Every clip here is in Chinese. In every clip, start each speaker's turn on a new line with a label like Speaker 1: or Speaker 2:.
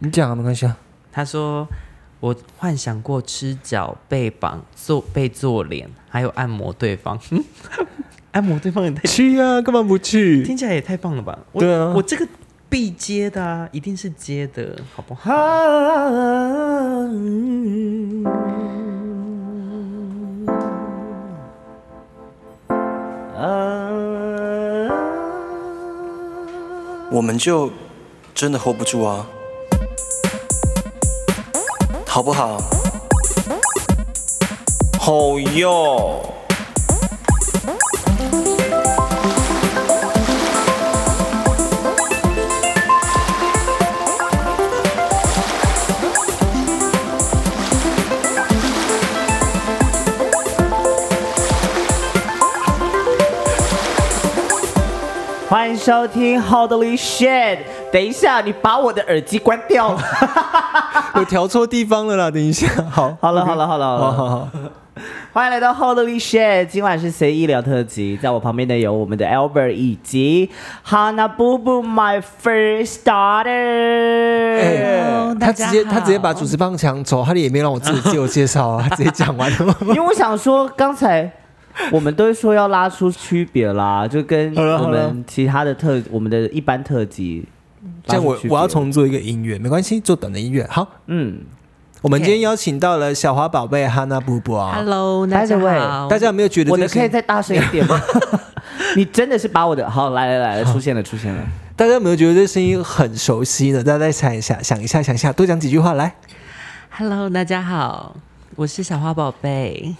Speaker 1: 你讲啊，没关系啊。
Speaker 2: 他说我幻想过吃脚、被绑、做被做脸，还有按摩对方。嗯， 按摩对方也太
Speaker 1: 去啊，干嘛不去？
Speaker 2: 听起来也太棒了吧？我
Speaker 1: 对啊
Speaker 2: 我这个必接的啊，一定是接的，好不好？
Speaker 3: 我们就真的 hold 不住啊，好不好？好哟。
Speaker 4: 欢迎收听 Holy Shit。等一下，你把我的耳机关掉 了。
Speaker 1: 我调错地方了啦，等一下。好，
Speaker 4: 好了，好了，好了，
Speaker 1: 好好好。
Speaker 4: 欢迎来到 Holy Shit。今晚是随意聊特辑，在我旁边的有我们的 Albert 以及 Hana Boo Boo My First Daughter。
Speaker 1: 哎，他直接他直接把主持棒抢走，他也没让我自己自我介绍 啊，他直接讲完了。
Speaker 4: 因为我想说，刚才我们都会说要拉出区别啦，就跟
Speaker 1: 好了
Speaker 4: 我
Speaker 1: 好了
Speaker 4: 们其他的特，我们的一般特辑。
Speaker 1: 这样 我
Speaker 4: 拉出区别
Speaker 1: 我要重做一个音乐，没关系，做短的音乐。好，
Speaker 4: 嗯，
Speaker 1: 我们今天邀请到了小华宝贝哈娜布布啊。
Speaker 2: Hello，
Speaker 4: 大家好
Speaker 1: 大家有没有觉得
Speaker 4: 我
Speaker 1: 这
Speaker 4: 的
Speaker 1: 个
Speaker 4: 可以
Speaker 1: 声？
Speaker 4: 再大声一点吗？你真的是把我的好来来来来出现了出现了，
Speaker 1: 大家有没有觉得这声音很熟悉呢？大家再想一下，想一下，想一下，多讲几句话来。
Speaker 2: Hello，大家好，我是小花宝贝，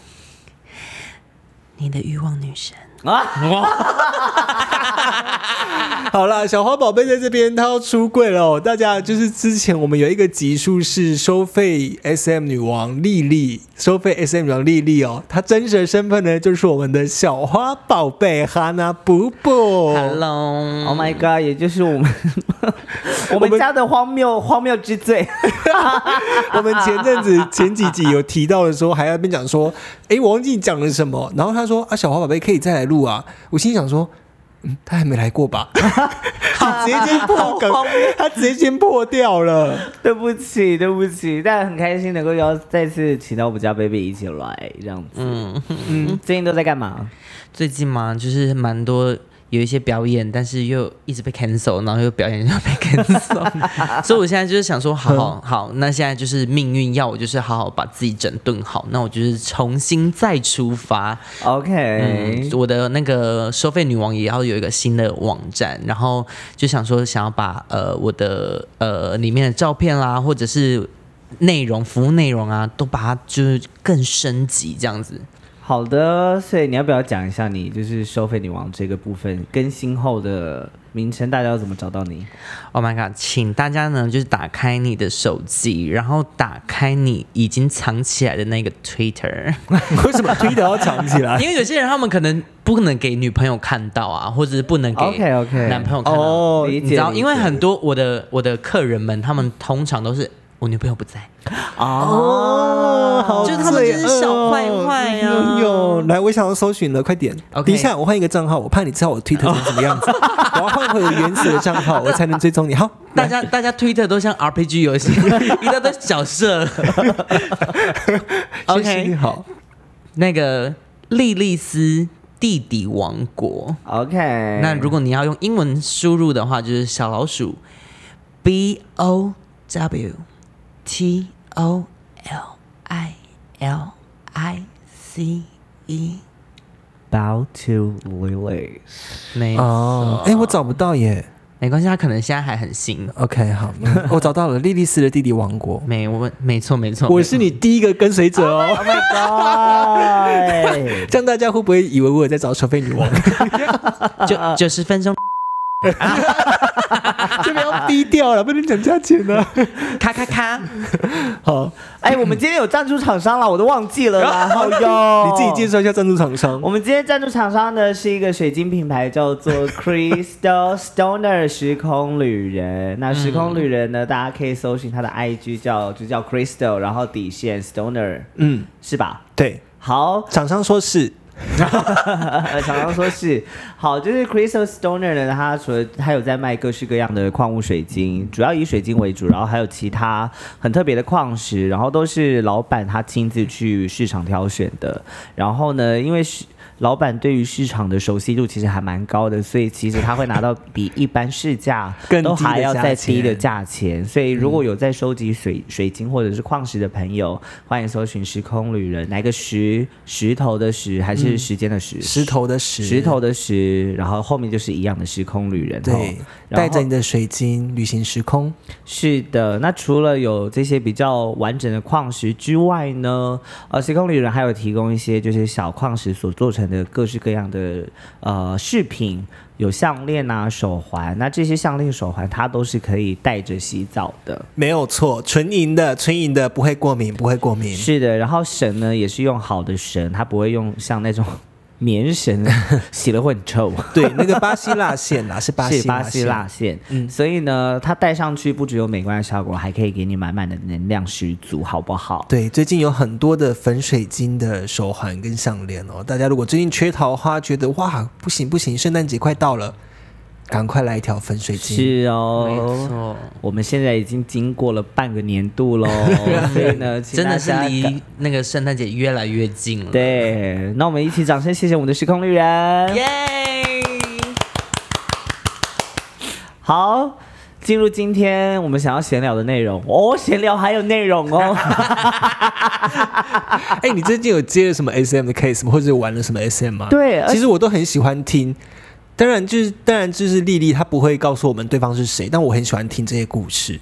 Speaker 2: 你的欲望女神。
Speaker 1: 好啦，小花宝贝在这边，她要出柜了、哦。大家就是之前我们有一个集数是收费 SM 女王丽丽，收费 SM 女王丽丽哦，她真实的身份呢就是我们的小花宝贝哈娜布布。
Speaker 2: Hello，
Speaker 4: Oh my god！也就是我们我
Speaker 1: 我
Speaker 4: 们
Speaker 1: 们
Speaker 4: 家的荒谬荒谬之最。
Speaker 1: 我们前阵子前几集有提到的时候，还在那边讲说，诶，我忘记你讲了什么。然后他说啊，小花宝贝可以再来录啊。我心想说，嗯，他还没来过吧？他直接先破梗，他直接先破掉了。
Speaker 4: 对不起，对不起，但很开心能够邀再次请到我们家 baby 一起来这样子。嗯嗯，最近都在干嘛？
Speaker 2: 最近嘛，就是蛮多有一些表演，但是又一直被 cancel，然后又表演又被 cancel，所以我现在就是想说，好好好，那现在就是命运要我就是好好把自己整顿好，那我就是重新再出发。嗯
Speaker 4: OK，、，
Speaker 2: 我的那个收费女王也要有一个新的网站，然后就想说想要把呃我的呃里面的照片啦，或者是内容服务内容啊，都把它就是更升级这样子。
Speaker 4: 好的。所以你要不要讲一下你就是收费女王这个部分更新后的名称，大家要怎么找到你？
Speaker 2: Oh my god！请大家呢，就是打开你的手机，然后打开你已经藏起来的那个 Twitter，
Speaker 1: 为什么推的要藏起
Speaker 4: 啊
Speaker 1: 来？
Speaker 2: 因为有些人他们可能不能给女朋友看到啊，或者是不能给
Speaker 4: OK，OK
Speaker 2: 男朋友看 到。
Speaker 1: 哦
Speaker 4: 理
Speaker 2: 你知
Speaker 4: 解
Speaker 2: 道，，因为
Speaker 4: 理解
Speaker 2: 很多我的我的客人们，他们通常都是我女朋友不在，
Speaker 1: 哦，好
Speaker 2: 就是他们就是
Speaker 1: 罪恶哦
Speaker 2: 小坏坏啊
Speaker 1: 哎呦，来，我想要搜寻了，快点。
Speaker 2: OK
Speaker 1: 等一下，我换一个账号，我怕你知道我推特成什么样 子，我要换回我原始的账号，我才能追踪你。好，
Speaker 2: 大 家大家推特都像 RPG 游戏，一大堆角色。
Speaker 1: 谢谢你
Speaker 2: OK，
Speaker 1: 好。
Speaker 2: 那个莉莉丝弟弟王国，
Speaker 4: OK。
Speaker 2: 那如果你要用英文输入的话，就是小老鼠 B O W T O L I L I C E，
Speaker 4: Bow to Lilies，
Speaker 2: 没、
Speaker 1: 哦，哎，我找不到耶。
Speaker 2: 没关系，他可能现在还很新。
Speaker 1: OK，好，嗯 我找到了莉莉丝的弟弟 王国。
Speaker 2: 没，我们没错没错，
Speaker 1: 我是你第一个跟随者哦，
Speaker 4: Oh 哎，
Speaker 1: 这样大家会不会以为我有在找收费女 王？
Speaker 2: 九九十分钟，
Speaker 1: 这边要低调了，不能讲价钱 呢。
Speaker 2: 咔咔咔，
Speaker 1: 好，
Speaker 4: 哎，我们今天有赞助厂商了，我都忘记了 啦。好哟，
Speaker 1: 你自己介绍一下赞助厂商
Speaker 4: 我。们今天赞助厂商呢是一个水晶品牌，叫做 Crystal Stoner 时空旅人。那时空旅人呢，大家可以搜寻他的 IG 叫就叫 Crystal，然后底线 Stoner，
Speaker 1: 嗯，
Speaker 4: 是吧？
Speaker 1: 对，
Speaker 4: 好，
Speaker 1: 厂商说是
Speaker 4: 常常说是好，就是 Crystal Stoner 呢，它除了它有在卖各式各样的矿物水晶，主要以水晶为主，然后还有其他很特别的矿石，然后都是老板他亲自去市场挑选的。然后呢，因为是老板对于市场的熟悉度其实还蛮高的，所以其实他会拿到比一般市价
Speaker 5: 更低
Speaker 4: 都
Speaker 5: 的
Speaker 4: 还要
Speaker 5: 价
Speaker 4: 再
Speaker 5: 钱嗯
Speaker 4: 低的价钱，所以如果有在收集水水晶或者是矿石的朋友，欢迎搜寻“时空旅人”，哪个石石头的石还是时间的石？
Speaker 5: 石嗯头的石，
Speaker 4: 石头的石，然后后面就是一样的时空旅人。哦
Speaker 5: 对，
Speaker 4: 然
Speaker 5: 带
Speaker 4: 后
Speaker 5: 着你的水晶旅行时空。
Speaker 4: 是的，那除了有这些比较完整的矿石之外呢，呃，时空旅人还有提供一些就是小矿石所做成的各式各样的呃饰品，有项链啊、手环。那这些项链、手环，它都是可以带着洗澡的。
Speaker 5: 没有错，纯银的，纯银的不会过敏，不会过敏。
Speaker 4: 是的，然后绳呢也是用好的绳，它不会用像那种棉绳，洗了会很臭。
Speaker 5: 对，那个巴西蜡线啦，是 巴西
Speaker 4: 是巴西
Speaker 5: 线嗯
Speaker 4: 蜡线，所以呢，它戴上去不只有美观的效果，还可以给你满满的能量十足，好不好？
Speaker 5: 对，最近有很多的粉水晶的手环跟项链哦，大家如果最近缺桃花，觉得哇不行不行，圣诞节快到了，赶快来一条粉水晶。
Speaker 4: 是
Speaker 2: 没
Speaker 4: 哦，
Speaker 2: 错，
Speaker 4: 我们现在已经经过了半个年 度喽，所以呢，请
Speaker 2: 真的是
Speaker 4: 大家赶
Speaker 2: 离那个圣诞节越来越近了。，
Speaker 4: 对，那我们一起掌声谢谢我们的时空旅人。
Speaker 2: 耶！
Speaker 4: 好，进入今天我们想要闲聊的内容哦，闲聊还有内 容哦。
Speaker 5: 哎、你最近有接了什么 SM 的 case 吗？或者玩了什么 SM 吗？
Speaker 4: 对而且
Speaker 5: 其实我都很喜欢听。当然就是，当然就是丽丽她不会告诉我们对方是谁，但我很喜欢听这些故事。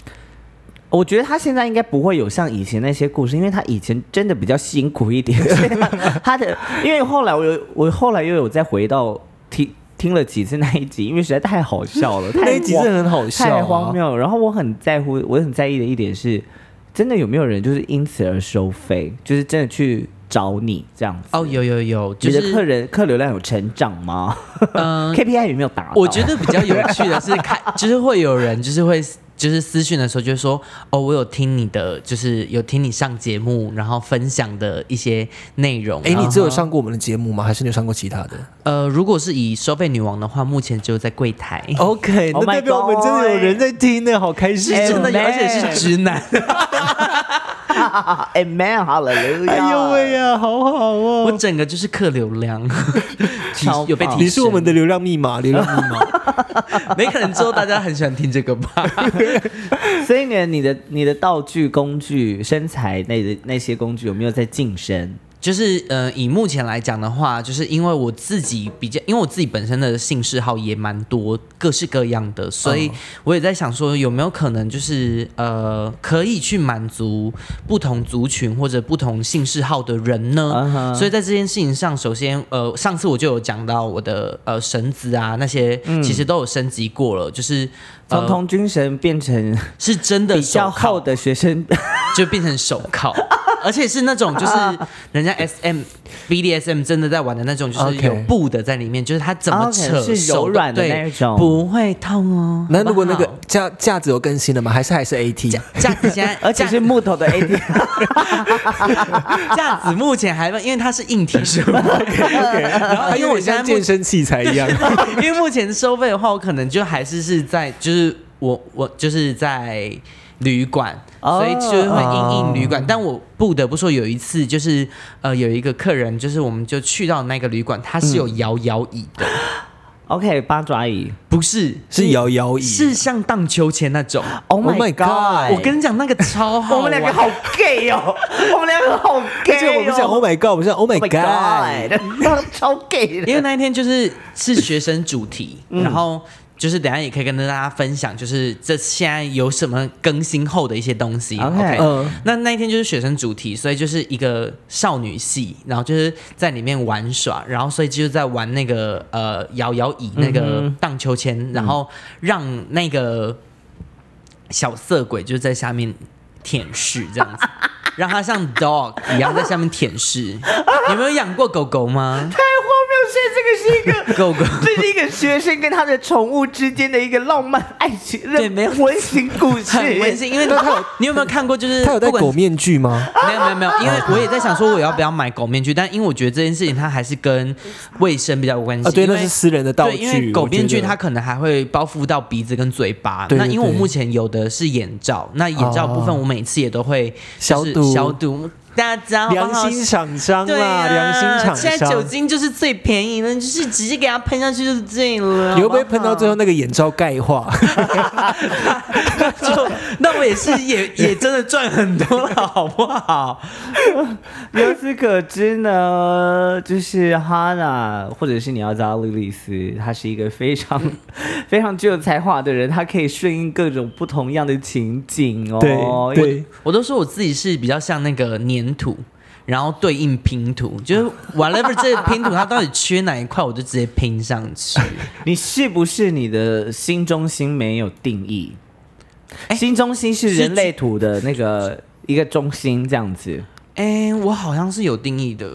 Speaker 4: 我觉得他现在应该不会有像以前那些故事，因为他以前真的比较辛苦 一点。所以他他的，因为后来我有，我后来又有再回到听听了几次那一集，因为实在太好笑 了，太
Speaker 5: 那一集
Speaker 4: 荒
Speaker 5: 真的很好笑、啊，
Speaker 4: 太荒谬了。然后我很在乎，我很在意的一点是，真的有没有人就是因此而收费，就是真的去找你这样子。
Speaker 2: 哦，有有有，就
Speaker 4: 你的客
Speaker 2: 是
Speaker 4: 人客流量有成长吗、
Speaker 5: 呃
Speaker 2: 嗯
Speaker 4: k p i 有没有达到？
Speaker 2: 我觉得比较有趣的是 看，就是会有人就是会就是私讯的时候就说哦，我有听你的，就是有听你上节目，然后分享的一些内容。
Speaker 5: 哎、你
Speaker 2: 然后
Speaker 5: 只
Speaker 4: 啊
Speaker 5: 有上过我们的节目吗？还是你有上过其他的
Speaker 2: 呃，如果是以收费女王的话，目前只有在柜台。
Speaker 5: ？OK，
Speaker 4: Oh
Speaker 5: 那
Speaker 4: my
Speaker 5: 代表我们真的有人在听呢，好开
Speaker 2: 哦是
Speaker 5: 心、啊
Speaker 2: 真的有，
Speaker 4: 哎
Speaker 2: 而且是直男。
Speaker 4: 啊，Amen，好了，
Speaker 5: 哎呦喂呀、好好
Speaker 2: 我
Speaker 5: 哦！
Speaker 2: 整个就是客流 量提
Speaker 4: 超棒
Speaker 2: 有被提升。
Speaker 5: 你是我们的流量密码，流量密码。
Speaker 2: 没可能之后大家很喜欢听这个吧？
Speaker 4: 所以呢，你的你的道具、工具、身材那的那些工具有没有在晋升？
Speaker 2: 就是呃，以目前来讲的话，就是因为我自己比较，因为我自己本身的性嗜好也蛮多，各式各样的，所
Speaker 4: 嗯
Speaker 2: 以我也在想说，有没有可能就是呃，可以去满足不同族群或者不同性嗜好的人呢
Speaker 4: 嗯哼
Speaker 2: 所以在这件事情上，首先呃，上次我就有讲到我的呃绳子啊那些，其实都有升级过了，就是呃
Speaker 4: 嗯从童军神变成
Speaker 2: 是真的
Speaker 4: 比
Speaker 2: 手铐
Speaker 4: 较厚的学生，
Speaker 2: 就变成手铐， 而且是那种就是 人家 S M B D S M 真的在玩的那种，就是
Speaker 5: OK
Speaker 2: 有布的在里面，就是它怎么
Speaker 4: OK，
Speaker 2: 扯
Speaker 4: 是
Speaker 2: 手
Speaker 4: 柔
Speaker 2: 都
Speaker 4: 软的
Speaker 2: 对
Speaker 4: 那一种
Speaker 2: 不会痛哦。
Speaker 5: 那
Speaker 2: 好不
Speaker 5: 如果那个
Speaker 2: 好
Speaker 5: 架架子有更新了吗？还是还是 AT？
Speaker 2: 架 架子现在
Speaker 4: 而且
Speaker 2: 架
Speaker 4: 是木头的 AD，
Speaker 2: 架子目前还因为它是硬体设备，然后
Speaker 5: 它
Speaker 2: 因
Speaker 5: 有
Speaker 2: 为我
Speaker 5: 点
Speaker 2: 现在
Speaker 5: 像
Speaker 2: 目
Speaker 5: 健身器材一样。
Speaker 2: 因为目前收费的话，我可能就还是是在就是我我就是在旅馆。
Speaker 4: 哦嗯
Speaker 2: 所以就是会因应旅馆但我不得不说，有一次就是呃，有一个客人，就是我们就去到那个旅馆，它是有摇摇椅的，
Speaker 4: 嗯 OK，八爪椅
Speaker 2: 不是
Speaker 5: 是摇摇椅
Speaker 2: 是像荡秋千那种。
Speaker 4: ，Oh
Speaker 5: my
Speaker 4: my God！
Speaker 2: 我跟你讲，那个超好玩，
Speaker 4: 我们两个好 gay 哦，我们两个好 gay
Speaker 5: 而且我们讲 Oh
Speaker 4: my
Speaker 5: my God，我们讲 Oh my God。
Speaker 4: God，超 gay 的。
Speaker 2: 因为那一天就是是学生主题，然后就是等一下也可以跟大家分享，就是这现在有什么更新后的一些东西。
Speaker 4: OK
Speaker 5: 嗯
Speaker 2: 那那一天就是学生主题，所以就是一个少女系，然后就是在里面玩耍，然后所以就是在玩那个呃摇摇椅那个荡秋千，然后让那个小色鬼就在下面舔舐这样子。让它像 dog 一样在下面舔舐，有没有养过狗狗吗？
Speaker 4: 太荒谬！现在这个是一个
Speaker 2: 狗狗
Speaker 4: 这是一个学生跟他的宠物之间的一个浪漫爱情，
Speaker 2: 对没有
Speaker 4: 温馨故事，
Speaker 2: 很温馨，因为他有，你有没有看过？就是
Speaker 5: 他有戴
Speaker 2: 不管
Speaker 5: 狗面具吗？
Speaker 2: 没有没有没有，因为我也在想说我要不要买狗面具，但因为我觉得这件事情它还是跟卫生比较有关系。
Speaker 5: 啊，对，
Speaker 2: 因为
Speaker 5: 那是私人的道具。
Speaker 2: 对，因为狗面具
Speaker 5: 我觉得
Speaker 2: 它可能还会包覆到鼻子跟嘴巴。
Speaker 5: 对对
Speaker 2: 那因为我
Speaker 5: 对
Speaker 2: 目前有的是眼罩，那眼罩部分
Speaker 5: 哦
Speaker 2: 我每次也都会
Speaker 5: 消
Speaker 2: 就是
Speaker 5: 毒
Speaker 2: 消毒。大家好不好
Speaker 5: 良心厂商
Speaker 2: 对
Speaker 5: 啦，
Speaker 2: 啊，
Speaker 5: 良心厂
Speaker 2: 现在酒
Speaker 5: 商。
Speaker 2: 精就是最便宜的，就是直接给它喷上去就是对了。
Speaker 5: 你会不
Speaker 2: 好
Speaker 5: 会
Speaker 2: 好
Speaker 5: 喷到最后那个眼罩钙化？
Speaker 2: 就那我也是也也真的赚很多 了，好不好？
Speaker 4: 由此可知呢，就是哈娜，或者是你要叫莉莉丝，她是一个非常非常具有才华的人，她可以顺应各种不同样的情景哦。
Speaker 5: 对
Speaker 4: 因为
Speaker 5: 对，
Speaker 2: 我都说我自己是比较像那个粘土，然后对应拼图，就是 whatever 这个拼图它到底缺哪一块，我就直接拼上 去。
Speaker 4: 你是不是你的心中心没有定义？
Speaker 2: 哎
Speaker 4: 心中心是
Speaker 2: 是
Speaker 4: 人类图的那个一个中心，这样子，
Speaker 2: 哎、我好像是有定义的，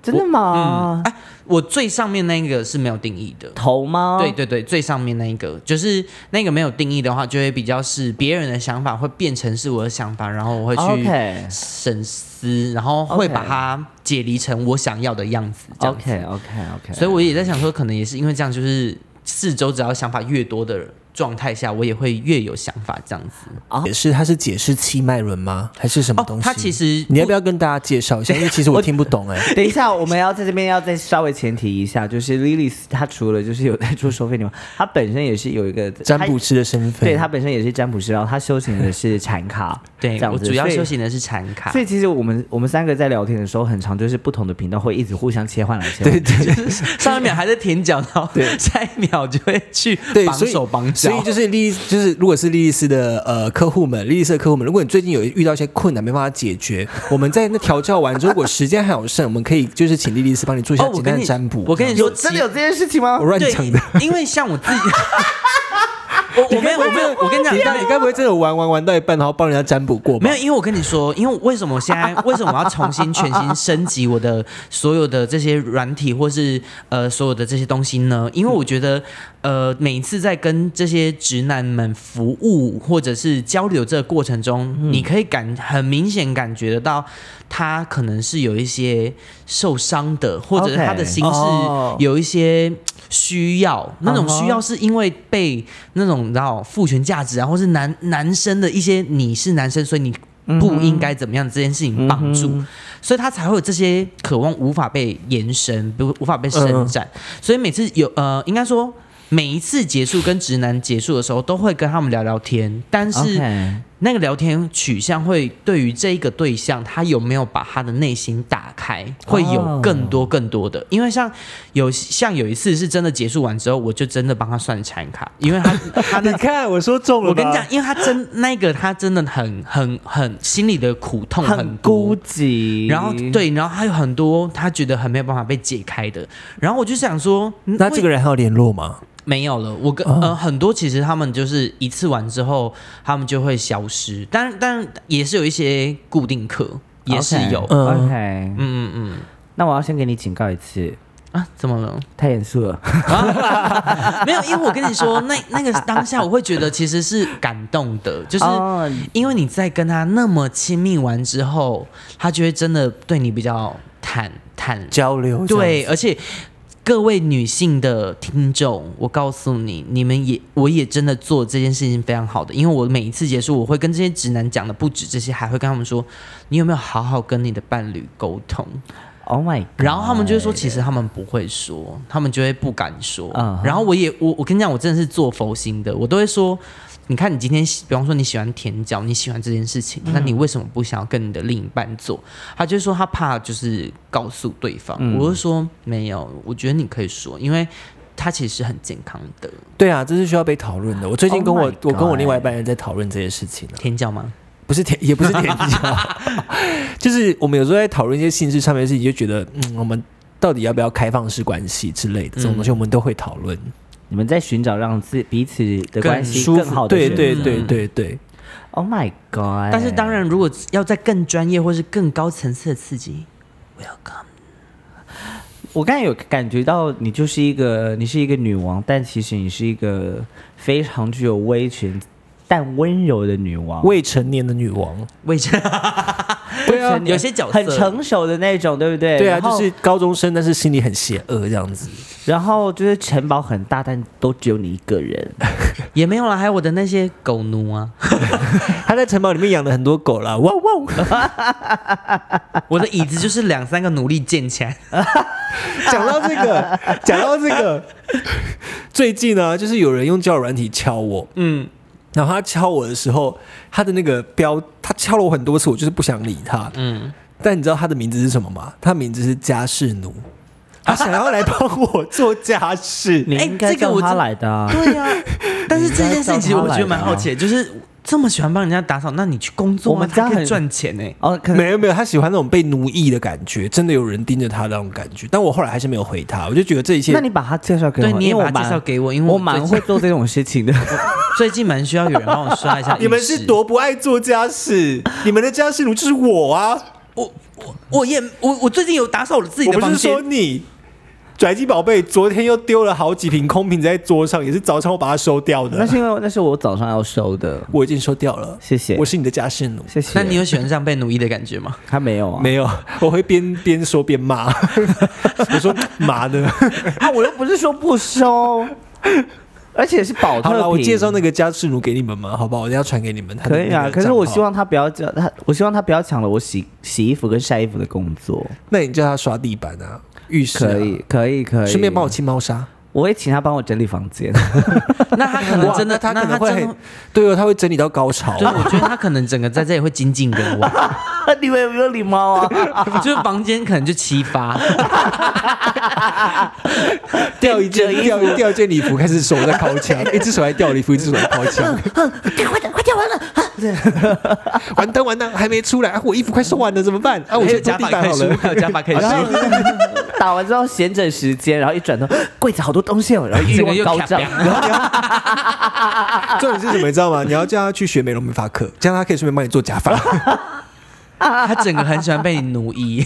Speaker 4: 真的吗？
Speaker 2: 哎、我最上面那一个是没有定义的。
Speaker 4: 头吗？
Speaker 2: 对对对，最上面那一个就是那个没有定义的话，就会比较是别人的想法会变成是我的想法，然后我会去
Speaker 4: OK
Speaker 2: 审思，然后会
Speaker 4: OK
Speaker 2: 把它解离成我想要的样子。这样子
Speaker 4: OK OK OK，
Speaker 2: 所以我也在想说，可能也是因为这样，就是四周只要想法越多的状态下，我也会越有想法这样子。
Speaker 5: 解释它是解释气脉轮吗？还是什么东西？
Speaker 2: 它哦其实，
Speaker 5: 你要不要跟大家介绍一下？因为其实我听不懂哎。
Speaker 4: 等一下，我们要在这边要再稍微前提一下，就是 Lily 她除了就是有在做收费女王， 她本身也是有一个
Speaker 5: 占卜，师的身
Speaker 4: 她
Speaker 5: 份，
Speaker 4: 对她本身也是占卜师，然后她修行的是禅卡
Speaker 2: 对
Speaker 4: 这样
Speaker 2: 我
Speaker 4: 子
Speaker 2: 主要
Speaker 4: 所以
Speaker 2: 修行的是禅卡
Speaker 4: 所，以其实我们我们三个在聊天的时候，很常就是不同的频道会一直互相切换来切换。对对，
Speaker 2: 上一秒还在舔脚，然后下一秒就会去
Speaker 5: 对，
Speaker 2: 绑
Speaker 5: 所以
Speaker 2: 手绑
Speaker 5: 所以
Speaker 2: 脚哦
Speaker 5: 就。是莉，就是如果是莉莉丝的呃客户们，莉莉丝的客户们，如果你最近有遇到一些困难没办法解决，我们在那调教完之后，如果时间还有剩，我们可以就是请莉莉丝帮你做一下
Speaker 2: 哦我
Speaker 5: 简
Speaker 2: 跟
Speaker 5: 单
Speaker 2: 你
Speaker 5: 的占卜。
Speaker 2: 我跟你说，
Speaker 4: 有真的有这件事情吗
Speaker 5: 我？乱
Speaker 2: 对
Speaker 5: 讲的。，
Speaker 2: 因为像 我自己，我我没有我没有，我跟你讲，
Speaker 5: 你该你该不会真的玩玩玩到一半，然后帮人家占卜过吧？
Speaker 2: 没有，因为我跟你说，因为为什么我现在为什么我要重新全新升级我的所有的这些软体或是呃所有的这些东西呢？因为我觉得呃每一次在跟这些直男们服务或者是交流这个过程中，你可以感很明显感觉得到他可能是有一些受伤的，或者是
Speaker 4: OK
Speaker 2: 他的心
Speaker 5: 哦
Speaker 2: 是有一些。需要那种需要是因为被那种你知道父权价值啊，或是男男生的一些你是男生，所以你不应该怎么样这件事情绑住，所以他才会有这些渴望无法被延伸，不无法被伸展。所以每次有呃，应该说每一次结束跟直男结束的时候，都会跟他们聊聊天，但是
Speaker 4: OK
Speaker 2: 那个聊天取向会对于这一个对象，他有没有把他的内心打开，
Speaker 5: 哦
Speaker 2: 会有更多更多的。因为像有像有一次是真的结束完之后，我就真的帮他算产卡，因为他他那
Speaker 5: 你看我说中了，
Speaker 2: 我跟你讲，，因为他真那个他真的很很很心里的苦痛
Speaker 4: 很
Speaker 2: 多
Speaker 4: 孤寂，
Speaker 2: 然后对，然后还有很多他觉得很没有办法被解开的。然后我就想说，嗯
Speaker 5: 那
Speaker 2: 为
Speaker 5: 这个人还有联络吗？
Speaker 2: 没有了。我
Speaker 4: 哦
Speaker 2: 跟、呃很多其实他们就是一次完之后，他们就会消失。但但也是有一些固定客，也是
Speaker 4: OK
Speaker 2: 有。嗯
Speaker 5: 嗯
Speaker 4: OK，
Speaker 2: 嗯嗯
Speaker 4: 那我要先给你警告一次，
Speaker 2: 啊，怎么了？
Speaker 4: 太严肃了。
Speaker 2: 没有，因为我跟你说，那那个当下我会觉得其实是感动的，就是
Speaker 4: 哦
Speaker 2: 因为你在跟他那么亲密完之后，他就会真的对你比较坦坦
Speaker 5: 交流这样
Speaker 2: 对，
Speaker 5: 子
Speaker 2: 而且各位女性的听众，我告诉你，你们也我也真的做这件事情非常好的，因为我每一次结束，我会跟这些直男讲的不止这些，还会跟他们说，你有没有好好跟你的伴侣沟通？
Speaker 4: ，Oh my，God
Speaker 2: 然后他们就会说，其实他们不会说，他们就会不敢说。
Speaker 4: 嗯哼
Speaker 2: 然后我也我我跟你讲，我真的是做佛心的，我都会说。你看，你今天喜比方说你喜欢舔脚，你喜欢这件事情，
Speaker 4: 嗯
Speaker 2: 那你为什么不想要跟你的另一半做？他就说他怕就是告诉对方，
Speaker 4: 嗯
Speaker 2: 我就说没有，我觉得你可以说，因为他其实是很健康的
Speaker 5: 对啊，这是需要被讨论的。我最近
Speaker 4: Oh
Speaker 5: 跟我
Speaker 4: my
Speaker 5: 我跟我
Speaker 4: God
Speaker 5: 另外一半人在讨论这些事情
Speaker 4: 哎
Speaker 5: 啊，
Speaker 2: 舔脚吗？
Speaker 5: 不是 甜也不是甜椒，就是我们有时候在讨论一些性质上面的事情，就觉得嗯，我们到底要不要开放式关系之类的这种东西，我们都会讨论。
Speaker 4: 你们在寻找让自彼此的关系
Speaker 5: 舒
Speaker 4: 更
Speaker 5: 服，嗯
Speaker 4: 好的
Speaker 5: 对
Speaker 4: 选择
Speaker 5: 对对对对，
Speaker 4: Oh my god！
Speaker 2: 但是当然，如果要在更专业或是更高层次的刺激，welcome。
Speaker 4: 我刚才有感觉到你就是一个你是一个女王，但其实你是一个非常具有威权但温柔的女王，
Speaker 1: 未成年的女王，
Speaker 2: 为什么？
Speaker 1: 对啊，
Speaker 2: 有些角色
Speaker 4: 很成熟的那种，对不对？
Speaker 1: 对啊，
Speaker 4: 哎然后
Speaker 1: 就是高中生，但是心里很邪恶这样子。
Speaker 4: 然后就是城堡很大，但都只有你一个 人。
Speaker 2: 也没有啦，还有我的那些狗奴啊，
Speaker 1: 他在城堡里面养了很多狗啦，哇哇！
Speaker 2: 我的椅子就是两三个奴隶建起来。
Speaker 5: 讲到这 个，讲到这个，
Speaker 1: 最近呢、就是有人用交友软体敲我，
Speaker 2: 嗯，
Speaker 1: 然后他敲我的时候，他的那个标，他敲了我很多次，我就是不想理他。嗯，但你知道他的名字是什么吗？他的名字是家事奴，他想要来帮我做 家事。
Speaker 4: 你
Speaker 2: 哎
Speaker 4: 应该
Speaker 2: 这个
Speaker 4: 叫
Speaker 2: 我
Speaker 4: 他
Speaker 2: 真
Speaker 4: 来的、啊。
Speaker 2: 对啊， 但是这件事情其实我觉得蛮好奇的，就是这么喜欢帮人家打扫，那你去工作啊，
Speaker 4: 我们家
Speaker 2: 他可以
Speaker 4: 很
Speaker 2: 赚钱呢、欸
Speaker 4: 哦，可能
Speaker 1: 没有没有，他喜欢那种被奴役的感觉，真的有人盯着他那种感觉。但我后来还是没有回他，我就觉得这一切
Speaker 4: 那你把他介绍给我，
Speaker 2: 对，你也
Speaker 4: 因为
Speaker 2: 把
Speaker 4: 我
Speaker 2: 它
Speaker 4: 蛮
Speaker 2: 介绍给我，因为
Speaker 4: 我
Speaker 2: 最
Speaker 4: 蛮
Speaker 2: 近
Speaker 4: 会做这种事 情的。
Speaker 2: 最近蛮需要有人帮我刷一下浴 室。
Speaker 1: 你们是多不爱做家事，你们的家事奴就是我啊！
Speaker 2: 我我我也我我最近有打扫我自己
Speaker 1: 我
Speaker 2: 的
Speaker 1: 不
Speaker 2: 房
Speaker 1: 是
Speaker 2: 间
Speaker 1: 说，你，拽鸡宝贝昨天又丢了好几瓶空瓶在桌上，也是早上我把它收掉
Speaker 4: 那
Speaker 1: 的。
Speaker 4: 是因为那是我早上要收的，
Speaker 1: 我已经收掉了，
Speaker 4: 谢谢
Speaker 1: 我是你的家事奴，
Speaker 4: 谢谢。
Speaker 2: 那你有喜欢这样被奴役的感觉吗？
Speaker 4: 他没有啊？
Speaker 1: 没有，我会边边说边骂。我说嘛呢？
Speaker 4: 啊，我又不是说不收，而且是保特
Speaker 1: 好
Speaker 4: 瓶。
Speaker 1: 了，我介绍那个家事奴给你们嘛，好不好？我等一下传给你们。他的
Speaker 4: 可以啊，
Speaker 1: 那个
Speaker 4: 可是
Speaker 1: 账
Speaker 4: 我
Speaker 1: 号
Speaker 4: 希，望他不要叫他，我希望他不要抢了我洗洗衣服跟晒衣服的工作。
Speaker 1: 那你叫他刷地板啊，浴室啊
Speaker 4: 可以，可以，可以。
Speaker 1: 顺便帮我，清猫砂。
Speaker 4: 我会请他帮我整理房间。
Speaker 2: 那他可能
Speaker 1: 哇
Speaker 2: 真的，
Speaker 1: 那他
Speaker 2: 那
Speaker 1: 可能
Speaker 2: 他
Speaker 1: 会
Speaker 2: 真
Speaker 1: 很
Speaker 2: 的，，
Speaker 1: 对哦，他会整理到高潮
Speaker 2: 对，。我觉得他可能整个在这里会精进跟我，
Speaker 4: 你们有没有礼貌啊？
Speaker 2: 就是房间可能就七发，
Speaker 1: 掉一件掉一掉一件礼服，开始手在掏枪，一只手在掉礼服，一只手在掏枪，
Speaker 4: 快点，快点完了！
Speaker 1: 完蛋完蛋，还没出来，啊我衣服快收完了，怎么办？啊，我
Speaker 2: 还
Speaker 1: 先
Speaker 2: 有假
Speaker 1: 拖地
Speaker 2: 发
Speaker 1: 板
Speaker 2: 可以
Speaker 1: 好
Speaker 2: 梳，
Speaker 1: 了。
Speaker 2: 还有假发可以梳，
Speaker 4: 然后打完之后闲整时间，然后一转头， 柜子好多东西哦，然后 欲
Speaker 2: 整个
Speaker 4: 望
Speaker 2: 又
Speaker 4: 高
Speaker 2: 卡
Speaker 4: 涨。
Speaker 2: 表
Speaker 1: 重点是什么，你知道吗？你要叫他去学美容美发课，这样他可以顺便帮你做假发。
Speaker 2: 他整个很喜欢被你奴役，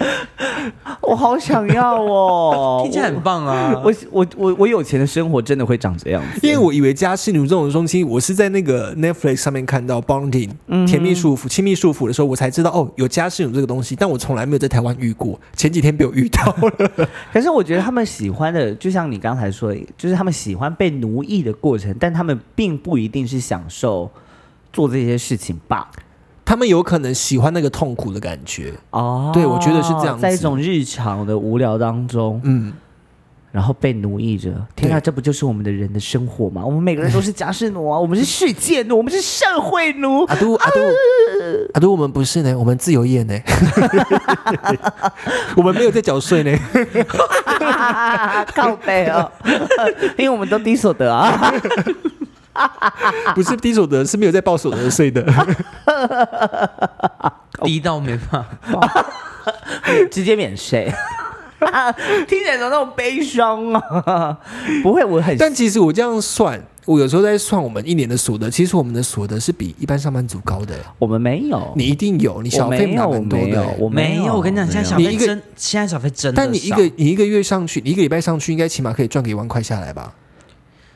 Speaker 4: 我好想 要哦！
Speaker 2: 听起来很棒啊！
Speaker 4: 我我我我有钱的生活真的会长这样子。
Speaker 1: 因为我以为家事奴这种东西，我是在那个 Netflix 上面看到 Bonding 甜蜜束缚、亲密束缚的时候，我才知道哦，有家事奴这个东西，但我从来没有在台湾遇过。前几天被我遇到了，
Speaker 4: 可是我觉得他们喜欢的，就像你刚才说的，就是他们喜欢被奴役的过程，但他们并不一定是享受做这些事情吧。
Speaker 1: 他们有可能喜欢那个痛苦的感觉。
Speaker 4: 哦
Speaker 1: 对我觉得是这样子
Speaker 4: 在一种日常的无聊当中，
Speaker 1: 嗯，
Speaker 4: 然后被奴役着。天啊，
Speaker 1: 对
Speaker 4: 这不就是我们的人的生活吗？我们每个人都是家事奴 啊，我们是世界奴，我们是社会奴。
Speaker 1: 阿 都阿都阿都，我们不是呢，我们自由业呢，我们没有在缴税 呢。
Speaker 4: 靠背哦， 因为我们都低所得 啊。
Speaker 1: 不是低所得，是没有在报所得税 的。
Speaker 2: 低到没办法，
Speaker 4: 直接免税。 听起来怎么那么悲伤啊？不会，我很
Speaker 1: 但其实我这样算，我有时候在算我们一年的所得，其实我们的所得是比一般上班族高的。
Speaker 4: 我们没有，
Speaker 1: 你一定有，你
Speaker 4: 我
Speaker 1: 小费
Speaker 4: 没
Speaker 1: 拿
Speaker 4: 有，哦我
Speaker 1: 蛮多
Speaker 4: 没
Speaker 1: 的、
Speaker 4: 有，我
Speaker 2: 欸没有。 我跟你讲，现在小费
Speaker 1: 你一个
Speaker 2: 真，现在小费真的少，嗯
Speaker 1: 但你一个你一个月上去，你一个礼拜上去，应该起码可以赚个一万块下来吧？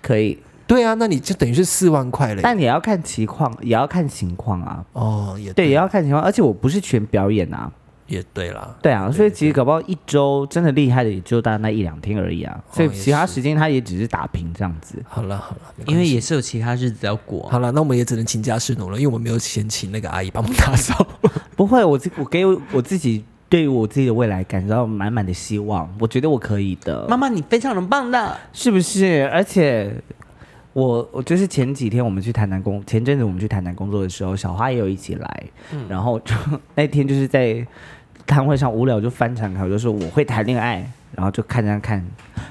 Speaker 4: 可以，
Speaker 1: 对啊，那你就等于是四万块了。
Speaker 4: 但也要看情况，也要看情况啊。
Speaker 1: 哦，也
Speaker 4: 对，也要看情况，而且我不是全表演啊。
Speaker 1: 也对啦。
Speaker 4: 对啊，所以其实搞不好一周真的厉害的也就大概那一两天而已啊，所以其他时间他也只是打平这样子。
Speaker 1: 好了好了，没关系
Speaker 2: 因为也是有其他日子要过。
Speaker 1: 好了，那我们也只能请家事奴了，因为我们没有钱请那个阿姨帮忙打 扫。
Speaker 4: 不会，我自我给我我自己对于我自己的未来感到满满的希望，我觉得我可以的，
Speaker 2: 妈妈，你非常的棒的。
Speaker 4: 是不是？而且我我就是前几天我们去台南工，前阵子我们去台南工作的时候，小花也有一起来，
Speaker 1: 嗯
Speaker 4: 然后就那天就是在摊位上无聊就翻墙开，我就说我会谈恋爱，然后就看看看，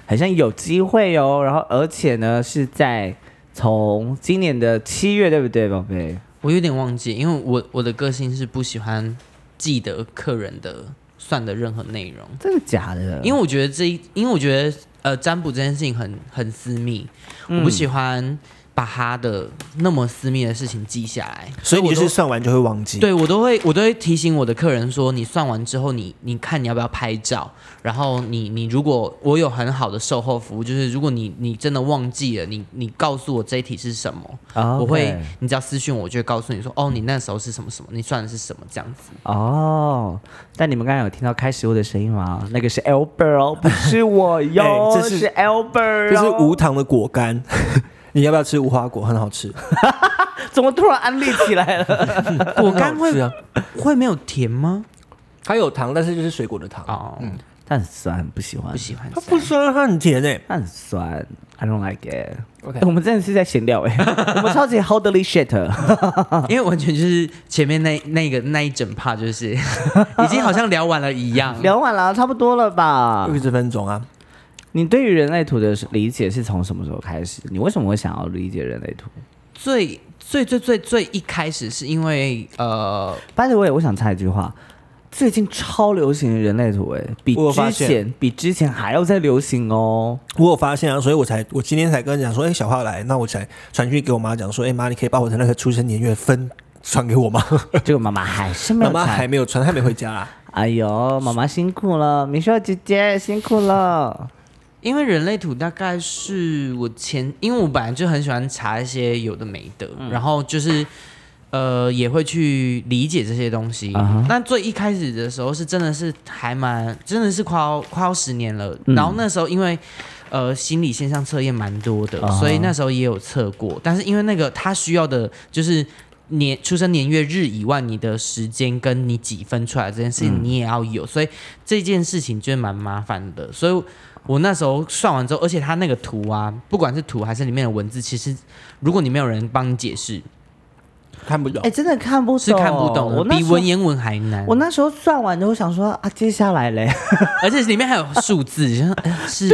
Speaker 4: 好像有机会哦，然后而且呢是在从今年的七月对不对，宝贝？
Speaker 2: 我有点忘记，因为我我的个性是不喜欢记得客人的算的任何内容，
Speaker 4: 真的假的？
Speaker 2: 因
Speaker 4: 为
Speaker 2: 为我嗯觉得这一，因为我觉得呃占卜这件事情很很私密，我不喜欢把他的那么私密的事情记下来，
Speaker 1: 所以
Speaker 2: 我
Speaker 1: 你就
Speaker 2: 都
Speaker 1: 是算完就会忘记。，
Speaker 2: 对我都会，我都会提醒我的客人说，你算完之后你，你看你要不要拍照，然后你你如果我有很好的售后服务，就是如果你你真的忘记了，你你告诉我这一题是什么
Speaker 4: 啊
Speaker 2: 我会
Speaker 4: OK
Speaker 2: 你只要私讯我，我就会告诉你说，哦，你那时候是什么什么，你算的是什么这样子。
Speaker 4: 哦，但你们刚才有听到开食物的声音吗？那个是 Albert，哦不是我哟，
Speaker 1: 哎这是
Speaker 4: 是 Albert，
Speaker 1: 这是
Speaker 4: 哦
Speaker 1: 无糖的果干， 你要不要吃无花果？很好吃，
Speaker 4: 怎么突然安利起来了？
Speaker 2: 果干会
Speaker 1: 很好吃啊，
Speaker 2: 会没有甜吗？
Speaker 1: 它有糖，但是就是水果的糖，
Speaker 2: 哦，
Speaker 4: 它很酸，不喜欢，
Speaker 2: 不喜欢
Speaker 1: 它。不酸，它很甜欸诶、
Speaker 4: 它很酸，I don't like it。
Speaker 1: OK
Speaker 4: 哎我们真的是在闲聊 哎、我们超级 holy shit。
Speaker 2: 因为完全就是前面那那个那一整趴，就是 已经好像聊完了一样。
Speaker 4: 聊完了，差不多了吧
Speaker 1: 六？十分钟啊，
Speaker 4: 你对于人类图的理解是从什么时候开始？你为什么会想要理解人类图？
Speaker 2: 最最最最最一开始是因为呃，
Speaker 4: by the way，我想插一句话，最近超流行人类图哎、比
Speaker 1: 我有发
Speaker 4: 之前比之前还要再流行 哦。
Speaker 1: 我有发现啊，所以我才我今天才跟人讲说，哎、小花来，那我才传讯给我妈讲说，哎、妈，你可以把我的那个出生年月分传给我吗？
Speaker 4: 结果妈妈还是没
Speaker 1: 妈
Speaker 4: 有
Speaker 1: 妈还
Speaker 4: 传。
Speaker 1: 哎没有传，她还没回家啊。
Speaker 4: 哎呦，妈妈辛苦了，明秀姐姐辛苦了。
Speaker 2: 因为人类图大概是我前，因为我本来就很喜欢查一些有的没的，
Speaker 4: 嗯
Speaker 2: 然后就是呃也会去理解这些东西。
Speaker 4: 啊哈
Speaker 2: 那最一开始的时候是真的是还蛮，真的是快要快要十年了。
Speaker 4: 嗯
Speaker 2: 然后那时候因为呃心理现象测验蛮多的
Speaker 4: 啊哈
Speaker 2: 所以那时候也有测过，但是因为那个它需要的就是。年出生年月日以外，你的时间跟你几分出来这件事
Speaker 4: 嗯
Speaker 2: 情，你也要有，所以这件事情就是蛮麻烦的。所以我那时候算完之后，而且它那个图啊，不管是图还是里面的文字，其实如果你没有人帮你解释，
Speaker 1: 看不懂
Speaker 4: 哎、，真的看不懂，
Speaker 2: 是看不懂
Speaker 4: 哦我
Speaker 2: 的，
Speaker 4: 那
Speaker 2: 比
Speaker 4: 时候
Speaker 2: 文言文还难。
Speaker 4: 我那时候算完之后想说啊，接下来嘞，
Speaker 2: 而且里面还有数字，像呃是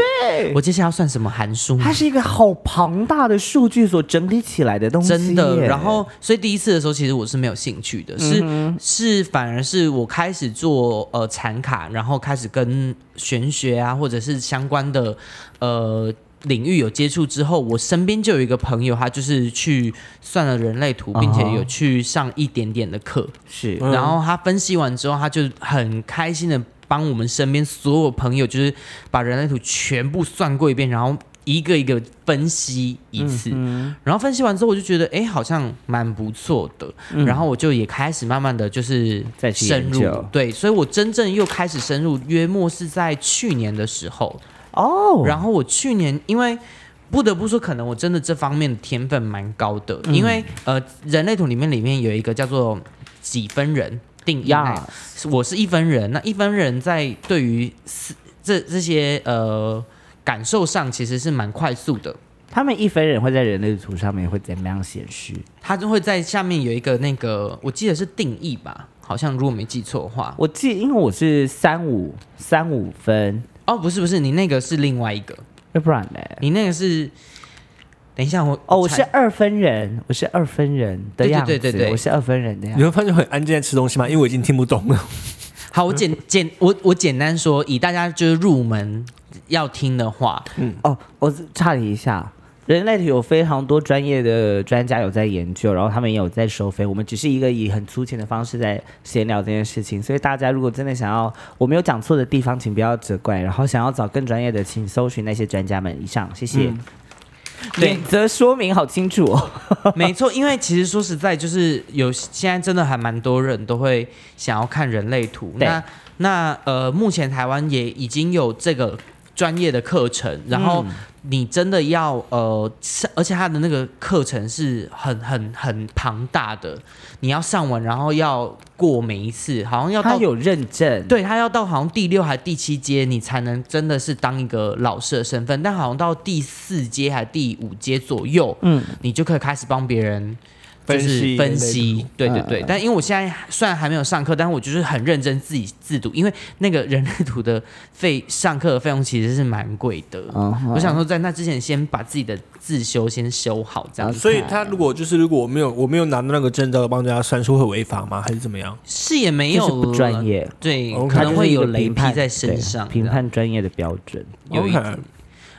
Speaker 2: 我接下来要算什么函数吗？
Speaker 4: 它是一个好庞大的数据所整理起来的东西耶，嗯
Speaker 2: 真的，然后所以第一次的时候，其实我是没有兴趣的，是、是反而是我开始做呃产卡，然后开始跟玄学啊，或者是相关的呃领域有接触之后，我身边就有一个朋友，他就是去算了人类图，并且
Speaker 4: 哦
Speaker 2: 有去上一点点的课，
Speaker 4: 是
Speaker 2: 然后他分析完之后，他就很开心的帮我们身边所有朋友，就是把人类图全部算过一遍，然后一个一个分析一次。
Speaker 4: 嗯
Speaker 2: 然后分析完之后，我就觉得，哎，好像蛮不错的。然后我就也开始慢慢的就是
Speaker 4: 嗯再去
Speaker 2: 深
Speaker 4: 研
Speaker 2: 入
Speaker 4: 究，
Speaker 2: 对，所以我真正又开始深入，约莫是在去年的时候。
Speaker 4: 哦，
Speaker 2: 然后我去年因为不得不说，可能我真的这方面的天分蛮高的，因为呃，人类图里面里面有一个叫做几分人定义那个，
Speaker 4: 呀，
Speaker 2: 是我是一分人，那一分人在对于思这这些呃感受上其实是蛮快速的，
Speaker 4: 他们一分人会在人类图上面会怎么样显示？
Speaker 2: 他就会在下面有一个那个，我记得是定义吧，好像如果没记错的话，
Speaker 4: 我记，因为我是三五三五分，
Speaker 2: 哦，不是不是，你那个是另外一个，
Speaker 4: 要不然嘞，
Speaker 2: 你那个是。等一下，我
Speaker 4: 哦，我是
Speaker 2: 查
Speaker 4: 二分人，我是二分人的
Speaker 2: 对对
Speaker 4: 样子，
Speaker 2: 对对对
Speaker 4: 我是二分人的样
Speaker 1: 你
Speaker 4: 子。
Speaker 1: 会发现我很安静在吃东西吗？因为我已经听不懂了。
Speaker 2: 好，我简简我我简单说，以大家就是入门要听的话，
Speaker 4: 哦，我差你一下。人类图有非常多专业的专家有在研究，然后他们也有在收费。我们只是一个以很粗浅的方式在闲聊这件事情，所以大家如果真的想要我没有讲错的地方，请不要责怪。然后想要找更专业的，请搜寻那些专家们。以上，谢谢。
Speaker 2: 嗯对
Speaker 4: 免责说明好清楚哦。
Speaker 2: 没错，因为其实说实在，就是有现在真的还蛮多人都会想要看人类图。
Speaker 4: 对
Speaker 2: 那那呃，目前台湾也已经有这个专业的课程，然后你真的要呃，上而且它的那个课程是很很很庞大的，你要上完，然后要过每一次，好像要
Speaker 4: 他
Speaker 2: 到
Speaker 4: 有认证，
Speaker 2: 对他要到好像第六还第七阶，你才能真的是当一个老师的身份。但好像到第四阶还第五阶左右，嗯，你就可以开始帮别人。就
Speaker 1: 分
Speaker 2: 是
Speaker 1: 析
Speaker 2: 分
Speaker 1: 类
Speaker 2: 析
Speaker 1: 图，
Speaker 2: 对对对，但因为我现在虽然还没有上课，但是我就是很认真自己自读，因为那个人类图的费上课的费用其实是蛮贵的。
Speaker 4: 嗯哼
Speaker 2: 我想说，在那之前先把自己的自修先修好，这样子。
Speaker 1: 啊所以
Speaker 4: 啊
Speaker 1: 他如果就是如果我没有我没有拿到那个证照帮大家算，是会违法吗？还是怎么样？
Speaker 2: 是也没
Speaker 4: 就
Speaker 2: 有
Speaker 4: 是不专业
Speaker 2: 了，对，
Speaker 1: OK
Speaker 2: 可能会有
Speaker 4: 哦他就是一
Speaker 2: 雷
Speaker 4: 个评
Speaker 2: 劈
Speaker 4: 判
Speaker 2: 在身上。
Speaker 4: 对评
Speaker 2: 这样
Speaker 4: 判专业的标准。
Speaker 2: 有一
Speaker 1: OK
Speaker 2: 点。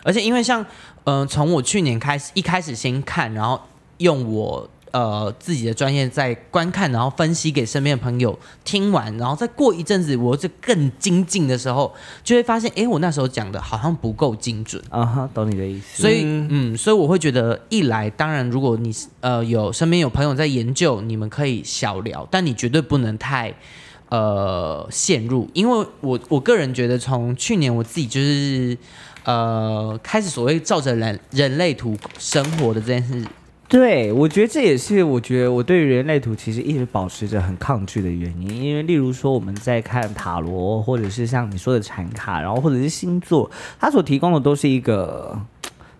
Speaker 2: 而且因为像，嗯、从我去年开始，一开始先看，然后用我呃自己的专业在观看，然后分析给身边的朋友听完，然后再过一阵子，我就更精进的时候，就会发现，哎，我那时候讲的好像不够精准。
Speaker 4: 啊哈，懂你的意思。
Speaker 2: 所以，嗯，所以我会觉得，一来，当然，如果你是呃有身边有朋友在研究，你们可以小聊，但你绝对不能太呃陷入，因为我我个人觉得，从去年我自己就是呃开始所谓照着人人类图生活的这件事，
Speaker 4: 对，我觉得这也是我觉得我对于人类图其实一直保持着很抗拒的原因，因为例如说我们在看塔罗，或者是像你说的产卡，然后或者是星座，它所提供的都是一个。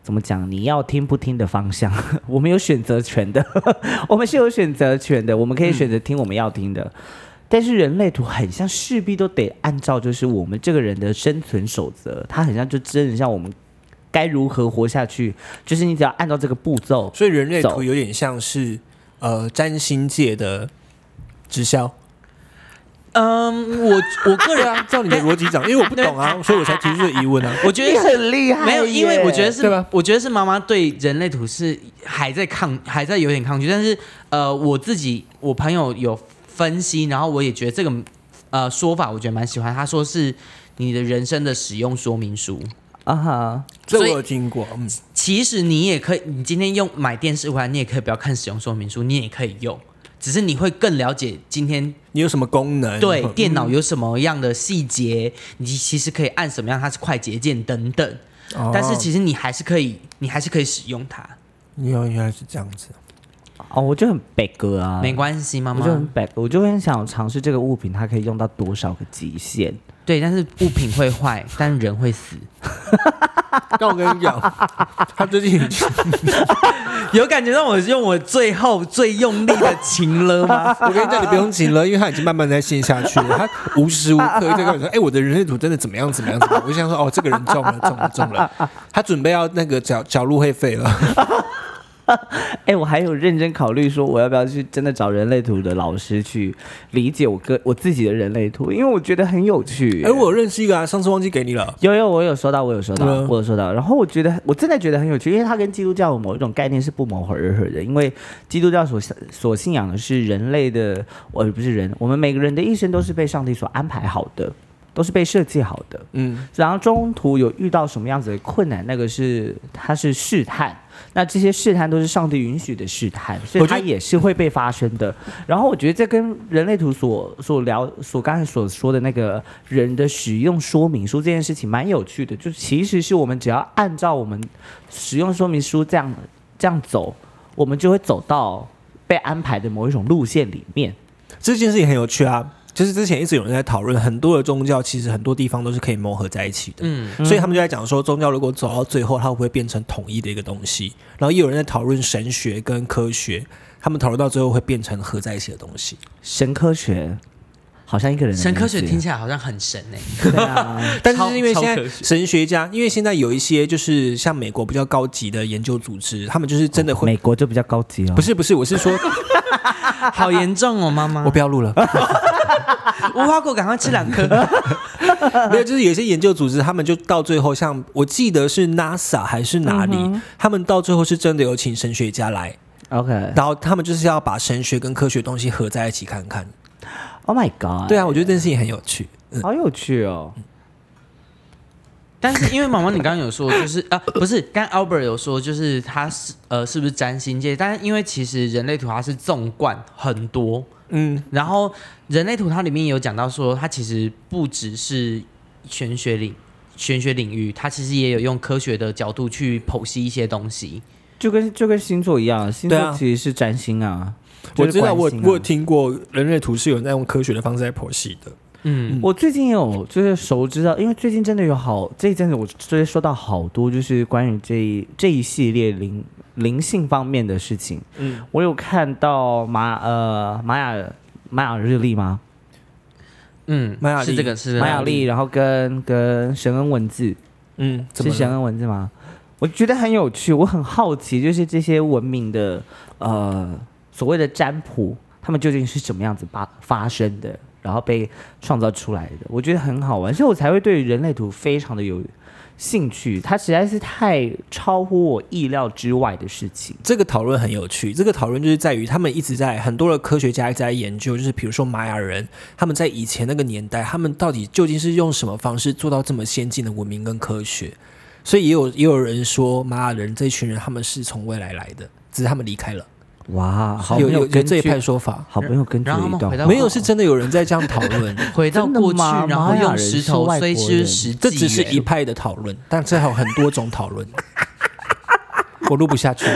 Speaker 4: 怎么讲？你要听不听的方向， 我们有选择权的， 我们是有选择权的，我们可以选择听我们要听的。但是人类图很像势必都得按照就是我们这个人的生存守则，它很像就真的像我们该如何活下去，就是你只要按照这个步骤，
Speaker 1: 所以人类
Speaker 4: 走
Speaker 1: 图有点像是呃占星界的直销。
Speaker 2: 嗯，我我个人
Speaker 1: 啊，照你的逻辑讲，因为我不懂 啊，所以我才提出这疑问啊。
Speaker 2: 我觉得
Speaker 4: 你
Speaker 2: 是
Speaker 4: 很厉害
Speaker 2: 没有，因为
Speaker 4: 耶
Speaker 2: 我觉得是
Speaker 1: 对吧，
Speaker 2: 我觉得是妈妈对人类图是还在抗，还在有点抗拒。但是呃，我自己我朋友有分析，然后我也觉得这个呃说法，我觉得蛮喜欢。他说是你的人生的使用说明书。
Speaker 4: 啊哈，
Speaker 1: 这
Speaker 2: 所
Speaker 1: 我
Speaker 2: 以
Speaker 1: 有听过，嗯，
Speaker 2: 其实你也可以，你今天用买电视回来，你也可以不要看使用说明书，你也可以用，只是你会更了解今天
Speaker 1: 你有什么功能？
Speaker 2: 对
Speaker 1: 嗯
Speaker 2: 电脑有什么样的细节，你其实可以按什么样，它是快捷键等等。
Speaker 1: 哦
Speaker 2: 但是其实你还是可以，你还是可以使用它，
Speaker 1: 原来原来是这样子。
Speaker 4: 哦，我就很北哥啊，
Speaker 2: 没关系，妈
Speaker 4: 我就
Speaker 2: 妈
Speaker 4: 很。北，我就很想尝试这个物品，它可以用到多少个极限？
Speaker 2: 对，但是物品会坏，但人会死。
Speaker 1: 但我跟你讲，他最近已经
Speaker 2: 有感觉到我用我最后最用力的情了 吗？
Speaker 1: 我跟你讲，你不用紧了，因为他已经慢慢在陷下去了。他无时无刻在告诉你说：“哎、我的人类图真的怎么样？怎么样？怎 么样？”我就想说：“哦，这个人中了，中了，中了。”他准备要那个缴缴路会费了。
Speaker 4: 哎，我还有认真考虑说，我要不要去真的找人类图的老师去理解我个我自己的人类图，因哎为我觉得很有趣。
Speaker 1: 哎、我有认识一个啊，上次忘记给你了。
Speaker 4: 有有，我有收到，我有收到，
Speaker 1: 对啊
Speaker 4: 我有收到。然后我觉得我真的觉得很有趣，因为它跟基督教的某一种概念是不谋而合的。因为基督教所所信仰的是人类的，我不是人，我们每个人的一生都是被上帝所安排好的，都是被设计好的。
Speaker 1: 嗯，
Speaker 4: 然后中途有遇到什么样子的困难，那个是它是试探，那这些试探都是上帝允许的试探，所以
Speaker 1: 我觉
Speaker 4: 它
Speaker 1: 得
Speaker 4: 也是会被发生的。然后我觉得这跟人类图所所聊所刚才所说的那个人的使用说明书这件事情蛮有趣的，就其实是我们只要按照我们使用说明书这样这样走，我们就会走到被安排的某一种路线里面。
Speaker 1: 这件事情很有趣啊，就是之前一直有人在讨论，很多的宗教其实很多地方都是可以磨合在一起的。
Speaker 2: 嗯，
Speaker 1: 所以他们就在讲说，宗教如果走到最后，它会不会变成统一的一个东西？然后也有人在讨论神学跟科学，他们讨论到最后会变成合在一起的东西。
Speaker 4: 神科学好像一个人的
Speaker 2: 神科
Speaker 4: 名
Speaker 2: 学
Speaker 4: 字
Speaker 2: 听起来好像很神哎、
Speaker 4: 对啊。
Speaker 1: 但是
Speaker 2: 超
Speaker 1: 是因为现
Speaker 2: 超
Speaker 1: 在
Speaker 2: 科学
Speaker 1: 神学家，因为现在有一些就是像美国比较高级的研究组织，他们就是真的会，
Speaker 4: 哦美国就比较高级哦。
Speaker 1: 不是不是，我是 说，
Speaker 2: 好严重哦，妈 妈。
Speaker 1: 我不要录了，
Speaker 2: 无花果赶快吃两颗。
Speaker 1: 没有，就是有一些研究组织，他们就到最后像，我记得是 NASA 还是哪里，
Speaker 4: 嗯
Speaker 1: 他们到最后是真的有请神学家来，
Speaker 4: ，OK。
Speaker 1: 然后他们就是要把神学跟科学东西合在一起看看。
Speaker 4: Oh my god！
Speaker 1: 对啊，我觉得这件事情很有趣。
Speaker 4: 好有趣哦。
Speaker 2: 但是因为毛毛，你刚刚有说，就是啊，不是，刚刚 Albert 有说，就是他是呃，是不是占星界？但是因为其实人类图它是纵贯很多，
Speaker 1: 嗯，
Speaker 2: 然后人类图它里面有讲到说，它其实不只是玄学领玄学领域，它其实也有用科学的角度去剖析一些东西。
Speaker 4: 就跟就跟星座一样，星
Speaker 1: 对
Speaker 4: 座
Speaker 1: 啊
Speaker 4: 其实是占星啊。
Speaker 1: 我
Speaker 4: 就是
Speaker 1: 知道，我
Speaker 4: 关心啊
Speaker 1: 我有听过人类图是有人在用科学的方式在剖析的。
Speaker 2: 嗯，
Speaker 4: 我最近有就是熟知到，因为最近真的有好这一阵子，我最近收到好多就是关于这一这一系列灵灵性方面的事情。嗯，我有看到玛呃玛雅玛雅日历吗？
Speaker 2: 嗯
Speaker 1: 玛雅历
Speaker 2: 是这个是
Speaker 4: 玛雅历，然后跟跟神恩文字，
Speaker 1: 嗯，怎
Speaker 4: 是
Speaker 1: 么
Speaker 4: 神
Speaker 1: 了？
Speaker 4: 恩文字吗？我觉得很有趣，我很好奇，就是这些文明的呃所谓的占卜，他们究竟是怎么样子发发生的，然后被创造出来的？我觉得很好玩，所以我才会对人类图非常的有兴趣，它实在是太超乎我意料之外的事情。
Speaker 1: 这个讨论很有趣，这个讨论就是在于他们一直在很多的科学家一直在研究，就是比如说玛雅人，他们在以前那个年代，他们到底究竟是用什么方式做到这么先进的文明跟科学？所以也有也有人说，玛雅人这群人他们是从未来来的，只是他们离开了。
Speaker 4: 哇，好
Speaker 1: 有
Speaker 4: 没
Speaker 1: 有有
Speaker 4: 根
Speaker 1: 这一
Speaker 4: 据，
Speaker 1: 派说法，
Speaker 4: 好没有根据
Speaker 2: 然后他
Speaker 4: 的一
Speaker 2: 们回
Speaker 4: 段
Speaker 2: 到
Speaker 4: 话。
Speaker 1: 没有是真的有人在这样讨 论，
Speaker 2: 回到
Speaker 4: 真的
Speaker 2: 过去，
Speaker 4: 吗
Speaker 2: 然后
Speaker 4: 玛雅
Speaker 2: 用
Speaker 4: 人
Speaker 2: 石
Speaker 4: 是
Speaker 2: 头，
Speaker 4: 外
Speaker 2: 所以
Speaker 4: 国
Speaker 2: 是
Speaker 4: 人
Speaker 2: 石
Speaker 1: 这只是
Speaker 2: 纪元
Speaker 1: 一派的讨论，但这还有很多种讨论。 我录不下去，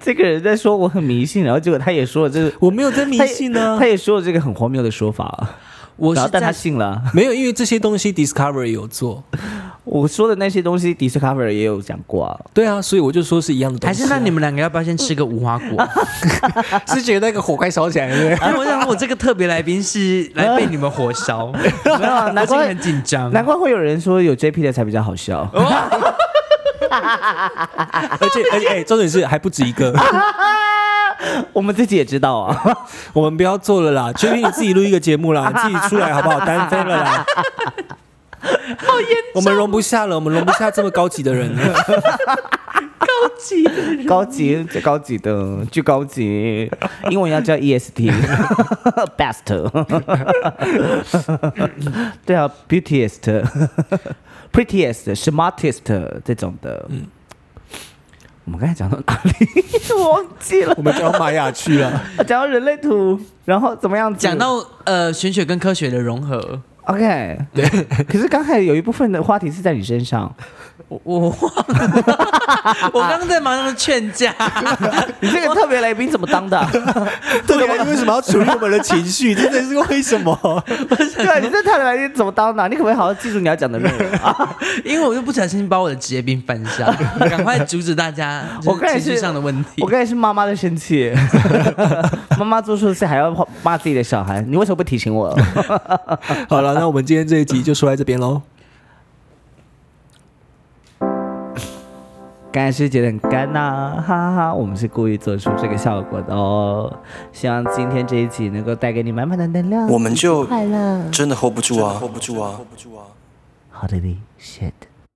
Speaker 4: 这个人在说我很迷信，然后结果他也说了这个
Speaker 1: 我没有在迷
Speaker 4: 他也
Speaker 1: 信啊呢、
Speaker 4: 他也说了这个很荒谬的说法，
Speaker 2: 我
Speaker 4: 然
Speaker 2: 是
Speaker 4: 后但他
Speaker 2: 在
Speaker 4: 信了。
Speaker 1: 没有，因为这些东西 Discovery 有做，
Speaker 4: 我说的那些东西，Discover 也有讲过啊。
Speaker 1: 对啊，所以我就说是一样的东
Speaker 2: 还
Speaker 1: 西、啊
Speaker 2: 是那你们两个要不要先吃个无花果？
Speaker 1: 是觉得那个火快烧起来了，对不对？
Speaker 2: 因为我想我这个特别来宾是来被你们火烧，没有，
Speaker 4: 难怪
Speaker 2: 而且很紧张。
Speaker 4: 难怪会有人说有 JP 的才比较好笑。
Speaker 1: 而且而且，哎、重点是还不止一个。
Speaker 4: 我们自己也知道啊，
Speaker 1: 我们不要做了 啦，决定你自己录一个节目 啦，你自己出来好不好？单飞了啦。好严我们容不下了，我们容不下这么高级的人 了。
Speaker 4: 高级，最高级的，巨高级，英文要叫 E EST，best，对啊，beautiest，prettiest，smartest 这种的。我们刚才讲到哪里？ 我忘记了
Speaker 1: 我。们讲到玛雅去啊了，
Speaker 4: 讲到人类图，然后怎么样子？
Speaker 2: 讲到呃玄学跟科学的融合，
Speaker 4: OK，对。可是刚才有一部分的话题是在你身上，
Speaker 2: 我我忘了， 我刚刚在忙那个劝架，
Speaker 4: 你这个特别来宾怎么当的啊？
Speaker 1: 对我们为什么要处理我们的情绪？真的是为什么？
Speaker 4: 对啊，你这特别来宾怎么当的啊？你可不可以好好记住你要讲的内容 啊？
Speaker 2: 因为我就不小心把我的职业病犯下，赶快阻止大家就是
Speaker 4: 我刚才
Speaker 2: 情绪
Speaker 4: 是
Speaker 2: 上的问题
Speaker 4: 我。刚才是妈妈的生气， 妈妈做错事还要骂自己的小孩，你为什么不提醒我？
Speaker 1: 好了，那我们今天这一集就说在这边喽。
Speaker 4: 刚才是觉得很干呐、哈哈哈！我们是故意做出这个效果的哦。希望今天这一集能够带给你满满的能量。
Speaker 3: 我们就真的 hold 不住啊，hold 不住啊。
Speaker 4: 好的，你 shit。